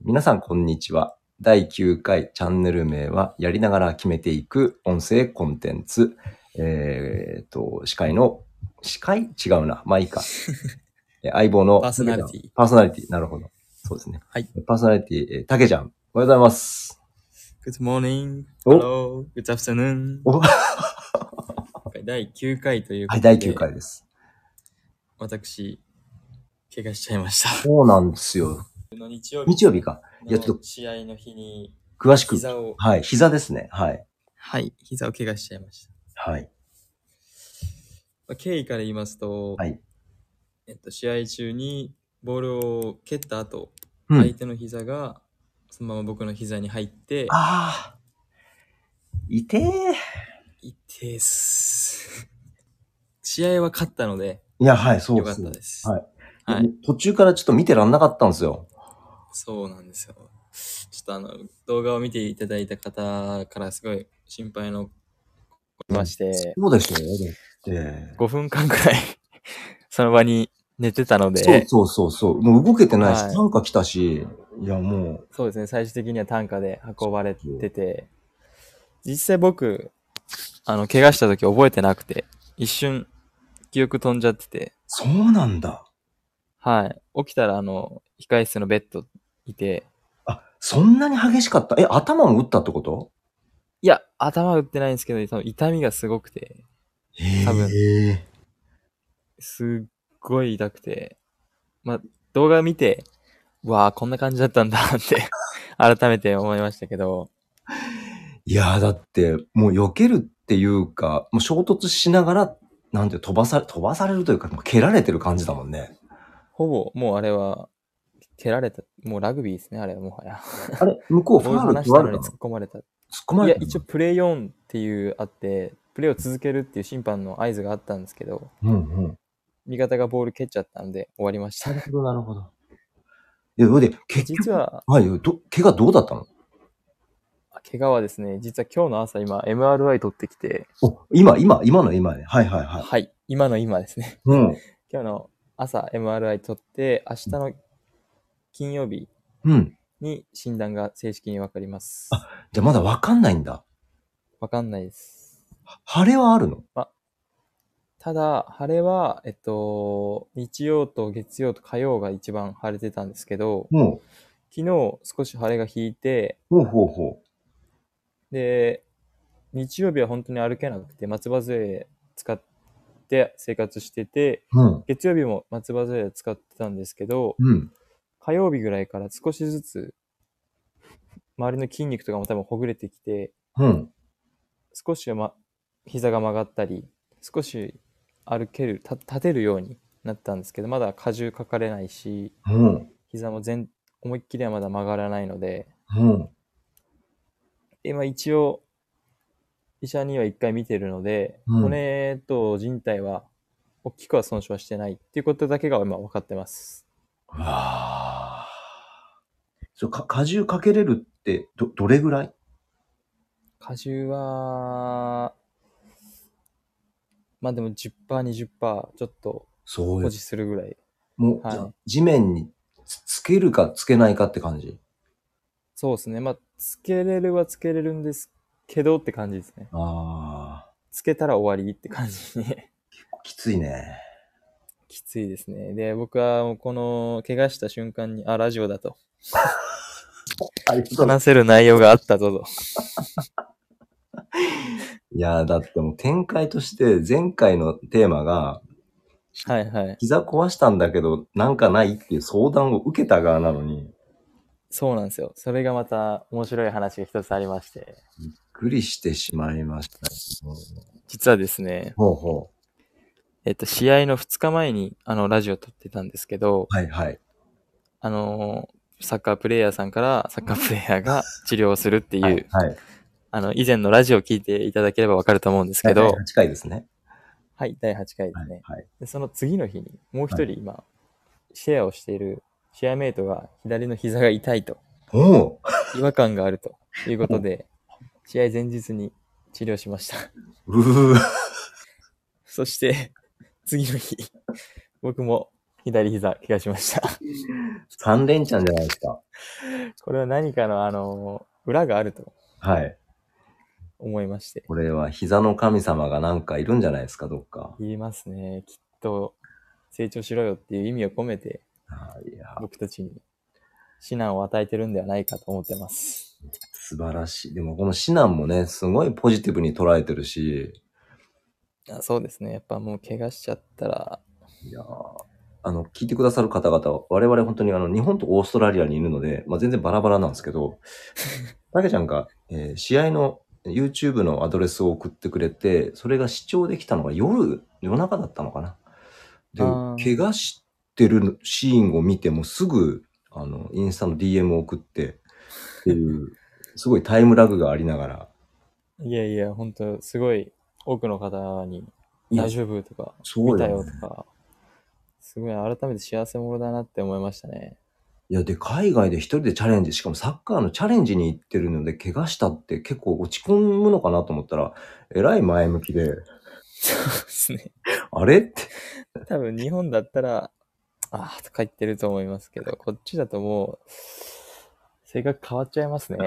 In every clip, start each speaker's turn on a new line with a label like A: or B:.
A: 皆さん、こんにちは。第9回チャンネル名は、やりながら決めていく音声コンテンツ。えー、と、司会の、司会違うな。まあいい か。え相棒の。
B: パーソナリティ
A: パーソナリティ。なるほど。そうですね。
B: はい。
A: パーソナリティ、えーたけちゃん。おはようございます。
B: Good morning.
A: お
B: Hello. Good afternoon.
A: お
B: 第9回というこ
A: は
B: と
A: い、
B: で、
A: 第9回です。
B: 私、怪我しちゃいました。
A: そうなんですよ。
B: 日 曜
A: 日曜日か。いやちょっ
B: の試合の日に、
A: 詳しく。
B: 膝を、
A: はい、膝ですね。はい。
B: はい、膝を怪我しちゃいました。
A: はい。
B: まあ、経緯から言いますと、
A: はい
B: えっと、試合中にボールを蹴った後、
A: うん
B: 相手の膝がそのまま僕の膝に入って、
A: ああ。いてえ。
B: 痛いっす。 試合は勝ったので、
A: いや、はい、そう
B: よ
A: で
B: かっ
A: す
B: た
A: ね。
B: です。
A: はい
B: は
A: い
B: い
A: や途中からちょっと見てらんなかったんですよ。
B: そうなんですよ。ちょっとあの、動画を見ていただいた方からすごい心配の声がまして、
A: そうですよね。で
B: 5分間くらい、 その場に寝てたので、
A: そうそうそうそう。もう動けてないし、
B: はい
A: なんか来たし、いや、も
B: そうですね、最終的には担架で運ばれてて、実際僕、あの、怪我した時覚えてなくて、一瞬、記憶飛んじゃって
A: う、
B: て、
A: そうなんだ。
B: はい。起きたら、あの、控室のベッドいて、
A: あ、そんなに激しかった。え、頭を打ったってこと
B: いや、頭打ってないんですけど、多分痛みがすごくて、
A: へ
B: 多
A: え。
B: すっごい痛くて、まあ、動画見て、うわあこんな感じだったんだって、 改めて思いましたけど、
A: いや、だって、もう避けるっていうか、もう衝突しながら、なんていう飛ばされ、飛ばされるというか、もう蹴られてる感じだもんね。
B: ほぼ、もうあれは、蹴られた、もうラグビーですね、あれはもはや。
A: あれ、向こうフ
B: ボール
A: ァール
B: 離
A: 取
B: した
A: ら
B: の
A: れ
B: に
A: たの
B: 突っ込まれた。い
A: 突っ込まれ
B: や
A: た、の
B: 一応プレイ4っていうあって、プレイを続けるっていう審判の合図があったんですけど、
A: うんうん。
B: 味方がボール蹴っちゃったんで終わりま した
A: なる。ほど、なるほど。いや、それで、結局、
B: 実は、
A: はい、ど、怪我どうだったの
B: 怪我はですね、実は今日の朝今 MRI 取ってきて、
A: お、今、今、今の今ね。はいはいはい。
B: はい、今の今ですね。
A: うん。
B: 今日の朝 MRI 取って、明日の金曜日
A: うん。
B: に診断が正式に分かります。
A: じゃあまだわかんないんだ。
B: 分かんないです。
A: 腫れはあるの
B: ただ、晴れは、えっと、日曜と月曜と火曜が一番晴れてたんですけど、
A: も
B: 昨日少し晴れが引いて、
A: う、ほうほうほ
B: で、日曜日は本当に歩けなくて、松葉杖使って生活してて、
A: う。うん。
B: 月曜日も松葉杖使ってたんですけど、
A: うん。
B: 火曜日ぐらいから少しずつ、周りの筋肉とかも多分ほぐれてきて、
A: うん。
B: 少しは、ま、膝が曲がったり、少し歩ける、た立てるようになったんですけど、まだ荷重かかれないし、
A: うん。
B: 膝も全、思いっきりはまだ曲がらないので、
A: うん。
B: で、まあ一応、医者には一回見てるので、
A: うん
B: 骨と人体は大きくは損傷はしてないっていうことだけが今分かってます。
A: うわあ。そう、か、荷重かけれるって、ど、どれぐらい
B: 荷重は、まあでも10%、20%ちょっと
A: そう
B: 保
A: よ
B: 持。するぐらい。
A: もう、
B: はい
A: じゃあ地面につつけるかつけないかって感じ。
B: そうですね。まあ、つけれるはつけれるんですけどって感じですね。
A: ああ。
B: つけたら終わりって感じに
A: きついね。
B: きついですね。で、僕はもうこの怪我した瞬間に、あ、ラジオだと。
A: ありがとうございます
B: 話せる内容があったぞと。
A: いやー、だってもう展開として前回のテーマが、
B: はいはい。
A: 膝壊したんだけど、なんかないっていう相談を受けた側なのに、
B: そうなんですよ。それがまた面白い話が一つありまして。
A: ぐりしてしまいました。
B: 実はですね、
A: ほうほ
B: えっと、試合の2日前に、あの、ラジオ撮ってたんですけど、
A: う。はいはい。
B: あのーサッカープレイヤーさんから、サッカープレイヤー が治療をするっていう、
A: はい。はい。
B: あの、以前のラジオを聞いていただければわかると思うんですけど、はい、
A: 近いですね。
B: 第8回で
A: は
B: す
A: い
B: ね、
A: はい。
B: で。その次の日に、もう一人今、シェアをしているシェアメイトが左の膝が痛い と、
A: お
B: 違和感があるということで、試合前日に治療しました。
A: ううー
B: そして、次の日、僕も左膝怪我しました。
A: 三連チャンじゃないですか。
B: これは何かの、あの、裏があると
A: はい。
B: 思いまして。
A: これは膝の神様がなんかいるんじゃないですか、どっか。
B: 言いますね。きっと、成長しろよっていう意味を込めて、
A: はいいや、
B: 僕たちに指南を与えてるんではないかと思ってます。
A: 素晴らしい。でもこの指南もね、すごいポジティブに捉えてるし、
B: あそうですね。やっぱもう怪我しちゃったら、
A: いやーあの、聞いてくださる方々、我々本当にあの、日本とオーストラリアにいるので、まあ、全然バラバラなんですけど、たけちゃんが、えー試合の YouTube のアドレスを送ってくれて、それが視聴できたのが夜、夜中だったのかな。で
B: あー、
A: 怪我してるシーンを見てもすぐ、あの、インスタの DM を送って、っていう、すごいタイムラグがありながら、
B: いやいや、本当すごい多くの方に、
A: いや
B: 大丈夫とか、
A: そうよ
B: 見
A: ね
B: たよとか、すごい改めて幸せ者だなって思いましたね。
A: いや、で、海外で一人でチャレンジ、しかもサッカーのチャレンジに行ってるので、怪我したって結構落ち込むのかなと思ったら、えらい前向き で、
B: そうですね。
A: あれって。
B: 多分日本だったら、ああとか言ってると思いますけど、こっちだともう、性格変わっちゃい ますね。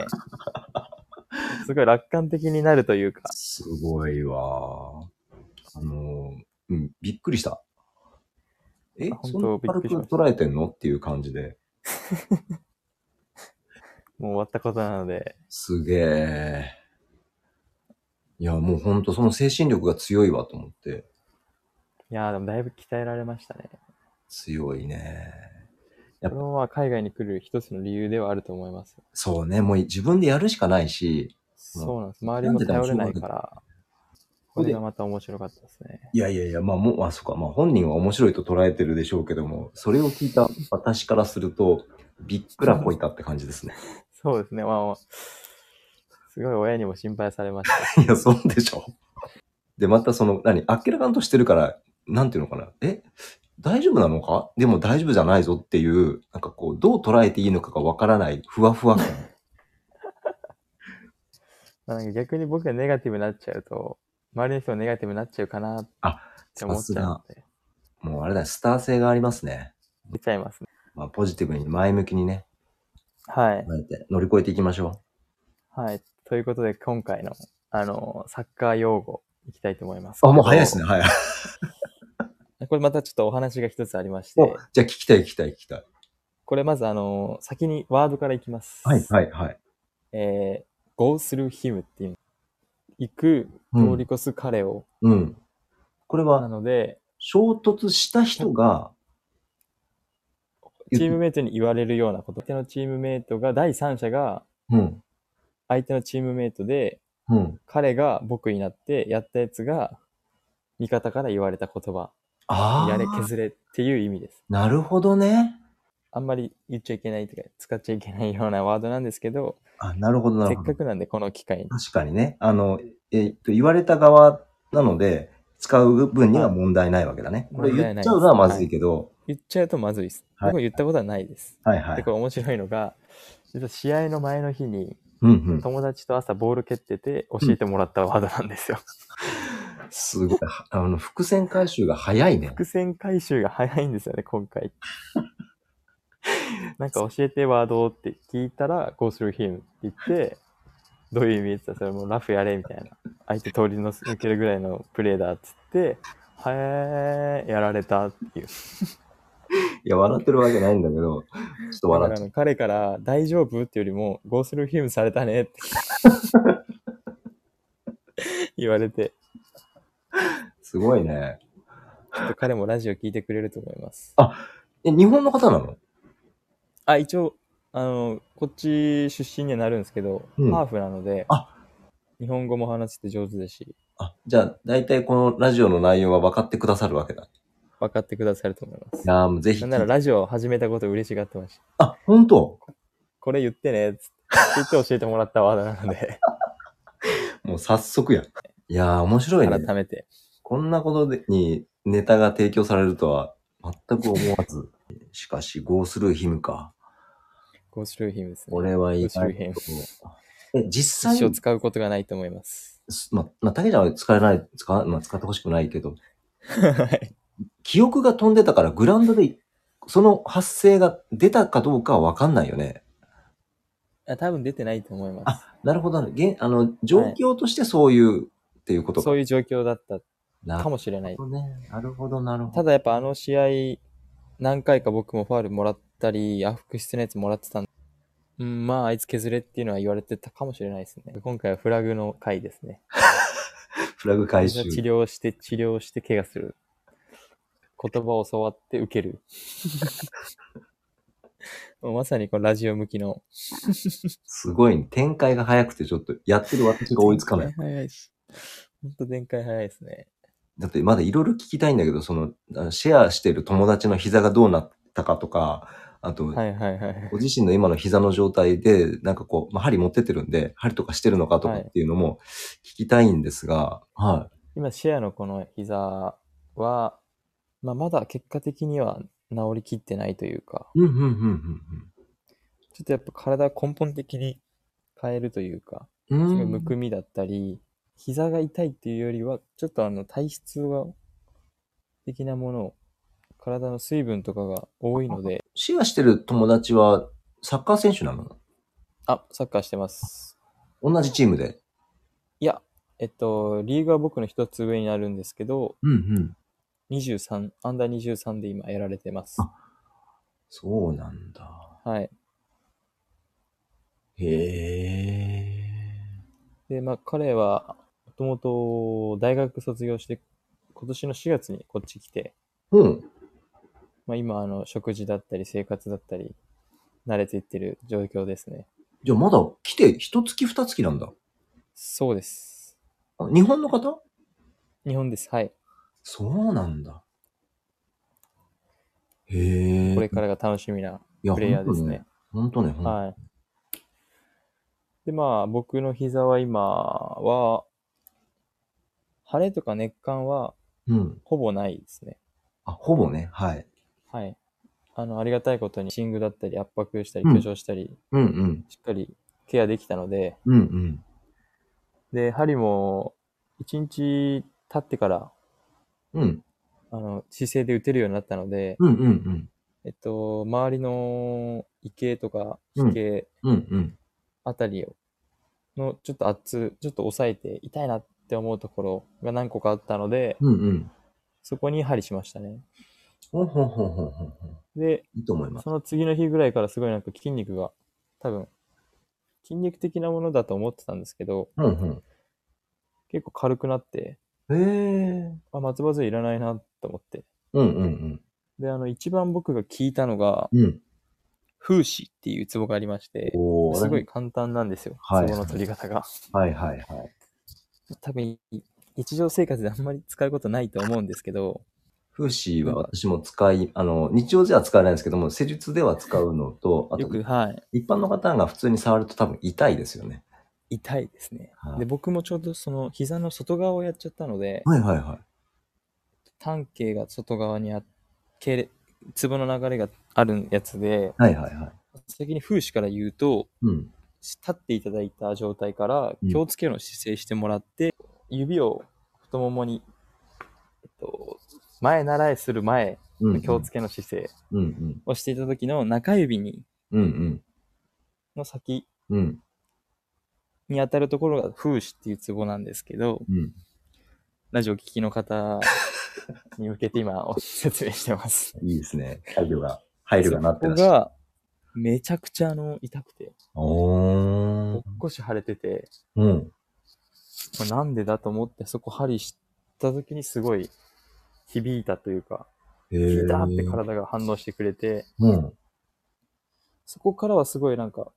B: すごい楽観的になるというか。
A: すごいわ。あの、うん、びっくりした。え
B: あ、本
A: そ
B: 当
A: んな軽
B: びっく
A: く
B: りしました
A: 捉えてんのっていう感じで。
B: もう終わったことなので、
A: すげえ。いや、もうほんとその精神力が強いわと思って。
B: いやーでもだいぶ鍛えられましたね。
A: 強いね。やっぱ
B: これもまあ海外に来る一つの理由ではあると思います。
A: そうね、もう自分でやるしかないし、
B: そうなんです。周りも頼れないから、これがまた面白かったですね。
A: いやいやいや、まあもう、あ、そっか、まあ本人は面白いと捉えてるでしょうけども、それを聞いた私からすると、びっくらこいたって感じですね。
B: そうですね。まあまあ、すごい親にも心配されました。
A: いや、そうでしょ。で、またその、何、明らかんとしてるから、なんていうのかな、え、大丈夫なのかでも大丈夫じゃないぞっていう、なんかこう、どう捉えていいのかがわからない、ふわふわ感。
B: まあ、なんか逆に僕がネガティブになっちゃうと、周りの人もネガティブになっちゃうかなって思っちゃうので、
A: もうあれだ、スター性がありますね。
B: 出ちゃいますね。
A: まあ、ポジティブに前向きにね、
B: はい。
A: 捉えて乗り越えていきましょ
B: はい。ということで、今回の、あの、サッカー用語、いきたいと思います。
A: う。あ、もう早いですね、早い。
B: ね。これまたちょっとお話が一つありまし
A: お
B: て、
A: じゃあ聞きたい、聞きたい、聞きたい。
B: これまず、あの、先にワードからいきます。
A: はい、はい、はい。
B: えー、go through him っていう。行く、
A: うん
B: 通り越す彼を。
A: うん。これ
B: な
A: は、
B: ので、
A: 衝突した人が、
B: チームメイトに言われるようなこと。相手のチームメイトが、第三者が、
A: うん、
B: 相手のチームメイトで、
A: うん。
B: 彼が僕になってやったやつが味方から言われた言葉
A: あ
B: やれ
A: あ、
B: 削れっていう意味です
A: なるほどね。
B: あんまり言っちゃいけないというか使っちゃいけないようなワードなんですけど
A: あ、なるほど、なる
B: せっ
A: ほ
B: か
A: ど。
B: くなんでこの機会に
A: 確かにね。あの、えっと、言われた側なので、使う分には問題ないわけだね。これ言っちゃうのはまずいけど、
B: 言っちゃうとまずいです、
A: はい
B: 僕も言ったことはないです、
A: はいは
B: で
A: い。
B: これ面白いのが実は試合の前の日に
A: うんうん。
B: 友達と朝ボール蹴ってて教えてもらったワードなんですよ、
A: すごい。あの、伏線回収が早いね。
B: 伏線回収が早いんですよね今回 なんか教えてワードって聞いたら「Go through him」って言ってどういう意味って言ったらそれもうラフやれみたいな相手通りの抜けるぐらいのプレーだっつって「はえーやられた」っていう
A: いや、笑ってるわけないんだけど、ちょっと笑っ
B: だ
A: ち
B: か
A: ゃう。
B: ら彼から「大丈夫?」っていうよりも「Go through him されたね」って言われて
A: すごいね。
B: きっと彼もラジオ聞いてくれると思います
A: え、日本の方なの
B: あ、一応、あの、こっち出身にはなるんですけど、
A: うん
B: ハーフなので、
A: あ
B: 日本語も話して上手だし、
A: あ、じゃあ、大体このラジオの内容は分かってくださるわけだ。
B: 分かってくださると思いま
A: い
B: す。
A: やーもうぜひ
B: なん。ならラジオ始めたこと嬉しがってました。
A: あ、本当
B: これ言ってね、つって言って教えてもらったワードなので、
A: もう早速やん。いやー、面白いね。
B: 改めて。
A: こんなことでにネタが提供されるとは全く思わず。 しかし、ゴースルーヒムか。
B: ゴースルーヒムですね。
A: 俺は意外
B: ゴー
A: と。え、実際
B: 一生
A: に、
B: 使うことがないと思い ます。
A: ま、まあ、竹ちゃんは使えない、使わ、まあ、使ってほしくないけど、
B: はい
A: 記憶が飛んでたからグラウンドで、その発声が出たかどうかはわかんないよね。
B: あ多分出てないと思います。
A: なるほどね。げんあの、状況としてそういう、っていうことか。
B: そういう状況だった
A: な
B: か
A: る
B: もしれない
A: ほ。どね。なるほど、なるほ
B: た
A: ど。
B: だやっぱあの試合、何回か僕もファールもらったり、アフク質のやつもらってたんで、うん、まああいつ削れっていうのは言われてたかもしれないですね。今回はフラグの回ですね。
A: フラグ
B: 治
A: 回収。
B: 療して、治療して怪我する。言葉を教わって受ける。 もうまさにこのラジオ向きの。
A: すごい、ね、展開が早くて、ちょっと、やってる私が追いつかない。
B: 展開早いし。ほんと展開早いですね。
A: だって、まだいろいろ聞きたいんだけど、その、あのシェアしてる友達の膝がどうなったかとか、あと、
B: はいはいはい
A: ご。自身の今の膝の状態で、なんかこう、まあ、針持ってってるんで、針とかしてるのかとかっていうのも聞きたいんですが、は
B: 今、シェアのこの膝は、まあ、まだ結果的には治りきってないというか、
A: い。うん、うん、うん、
B: ちょっとやっぱ体を根本的に変えるというか、
A: うん。
B: す
A: う
B: ごい
A: ん
B: むくみだったり、膝が痛いっていうよりは、ちょっとあの体質が、的なものを、体の水分とかが多いので、
A: シェアしてる友達は、サッカー選手なの
B: あ、サッカーしてます。
A: 同じチームで。
B: いや、えっと、リーグは僕の一つ上になるんですけど、
A: うん、うん。
B: 23、アンダー23で今やられてます。
A: そうなんだ。
B: はい。
A: へえ。
B: で、まあ、彼は、もともと大学卒業して、今年の4月にこっち来て、
A: うん。
B: まあ、今、あの、食事だったり、生活だったり、慣れていってる状況ですね。
A: じゃあまだ来て、一月二月なんだ。
B: そうです。
A: あ日本の方
B: 日本です。はい。
A: そうなんだ。へえ。
B: これかららが楽しみない
A: や
B: プレイヤーですね。。
A: 本当ね、本当ね。ほん
B: はい。で、まあ、僕の膝は今は、腫れとか熱感は
A: うん。
B: ほぼないですね。
A: あ、ほぼね、はい。
B: はい。あの、ありがたいことに、シングだったり、圧迫したり、
A: うん
B: 挙上したり、
A: うんうん。
B: しっかりケアできたので、
A: うんうん。
B: で、針も、一日経ってから、
A: うん。
B: あの、姿勢で打てるようになったので、
A: うんうんうん。
B: えっと、周りの池とか、
A: うん
B: 池、
A: うんうん。
B: あたりを、の、ちょっと圧、ちょっと抑えて、痛いなって思うところが何個かあったので、
A: うんうん。
B: そこに針しましたね。
A: ほんほんほんほんほんほん。
B: で、
A: いいと思います。
B: その次の日ぐらいからすごいなんか筋肉が、多分、筋肉的なものだと思ってたんですけど、
A: うん
B: 結構軽くなって、
A: うん。へえ。
B: あ、松葉杖いらないなと思って。
A: うんうん
B: で、あの、一番僕が聞いたのが、
A: うん。うん。
B: 風刺っていうツボがありまして、
A: おー
B: すごい。簡単なんですよ、
A: はい
B: ツボの取り方が。
A: はいはいはい。
B: 多分、日常生活であんまり使うことないと思うんですけど、
A: フーシーは私も使い、あの、日常では使わないんですけども、施術では使うのと、あ
B: よ
A: と、
B: く、はい、
A: 一般の方が普通に触ると多分痛いですよね。
B: 痛いですね。
A: はい
B: で、僕もちょうどその膝の外側をやっちゃったので、
A: はいはいはい。
B: 単径が外側にあっ、けれ、壺の流れがあるやつで、
A: はいはいはい。
B: 先に風刺から言うと、
A: うん。
B: 立っていただいた状態から
A: うん
B: 気をつけるの姿勢してもらって、指を太ももに、えっと、前習えする前
A: う
B: の
A: ん。
B: 気をつけの姿勢
A: うんうん。
B: をしていた時の中指に
A: うんうん。
B: の先
A: うん
B: に当たるところが風刺っていうツボなんですけど、
A: うん。
B: ラジオ聞きの 方に向けて今お説明してます。
A: いいですね。配慮が、配慮がなって
B: こ
A: ら
B: こ
A: っしゃる。
B: がめちゃくちゃあの痛くて、
A: お
B: おっ
A: ー。
B: こし腫れてて、
A: うん。
B: これなんでだと思ってそこ針した時にすごい響いたというか、
A: へ
B: ピ
A: ー
B: タって体が反応してくれて、
A: うん。
B: そこからはすごいなんか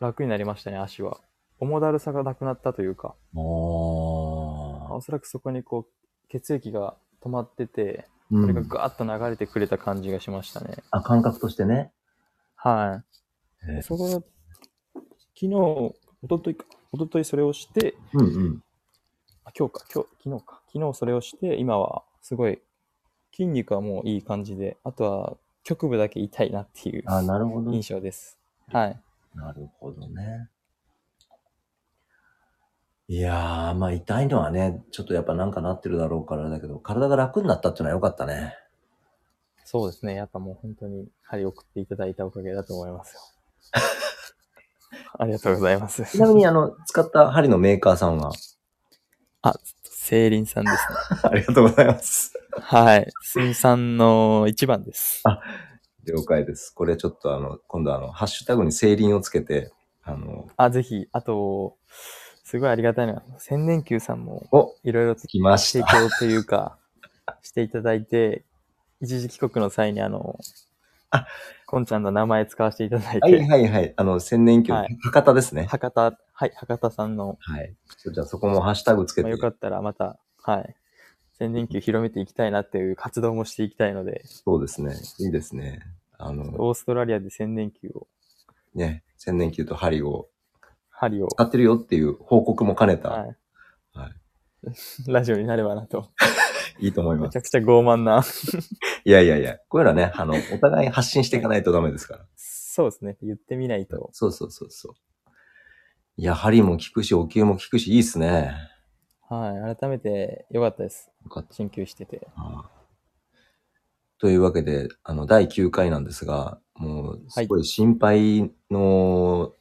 B: 楽になりましたね、足は。重だるさがなくなったというか、
A: ああ
B: お。そらくそこにこう血液が止まってて、
A: う
B: それが
A: ん、
B: ガーッと流れてくれた感じがしましたね。
A: あ、感覚としてね。
B: はい。
A: え
B: そこが、昨日、おとといか、おとといそれをして、
A: うんうん。
B: あ今日か、今日、昨日か、昨日それをして、今はすごい、筋肉はもういい感じで、あとは局部だけ痛いなっていう
A: あ、なるほど。
B: 印象です。はい。
A: なるほどね。いやー、まあ痛いのはね、ちょっとやっぱなんかなってるだろうからだけど、体が楽になったっていうのは良かったね。
B: そうですね。やっぱもう本当に、針送っていただいたおかげだと思いますよ。 ありがとうございます。
A: ちなみに、あの、使った針のメーカーさんは、
B: セイリンさんですね。
A: ありがとうございます。
B: はい。水産の一番です。
A: 了解です。これちょっと、あの、今度、あの、ハッシュタグにセイリンをつけて、あの、
B: あ、ぜひ、あと、すごいありがたいのは、千年球さんも
A: お、
B: いろいろと
A: 来まし
B: 提
A: た。
B: 供とい うか、していただいて、一時帰国の際にあの、
A: あ
B: こんちゃんの名前使わせていただいて、
A: はいはいはい。あの、千年級、
B: はい
A: 博多ですね。
B: 博多、はい、博多さんの、
A: はい。ちょっとじゃあそこもハッシュタグつけ
B: まあ、
A: て
B: よ、かったらまた、はい、千年球広めていきたいなっていう活動もしていきたいので、
A: そうですね。いいですね。あの、
B: オーストラリアで千年球を、
A: ね、千年級と針を
B: 針を、
A: 使ってるよっていう報告も兼ねた、
B: はい、
A: は
B: ラジオになればなと、
A: い、いと思い
B: め
A: ま
B: ち
A: す。
B: ゃくちゃ傲 慢な、
A: いやいやいや、こういうのはね、あの、お互い発信していかないとダメですから。
B: そうですね、言ってみないと、
A: そうそうそうそう。いや、針も効くし、お灸も効くし、いいっすね。
B: はい、改めて良かったです。
A: よかった
B: 進級してて。
A: な。というわけで、あの、第9回なんですが、もう、すごい心配の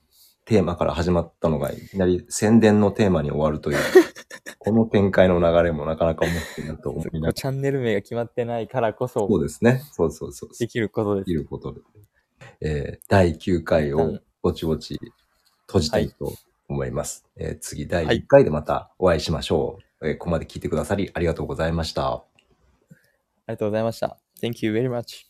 A: テーマから始まったのが、いきなり宣伝のテーマに終わるという、この展開の流れもなかなか面白いなと思いながら。
B: チャンネル名が決まってないからこそ
A: そうですね。そうそうそう。
B: で
A: で
B: きることです
A: き。ることで。えー第9回をぼちぼち閉じたいと思います。えー次、第1回でまたお会いしましょう。えーここまで聞いてくださりありがとうございました。
B: ありがとうございました。Thank you very much.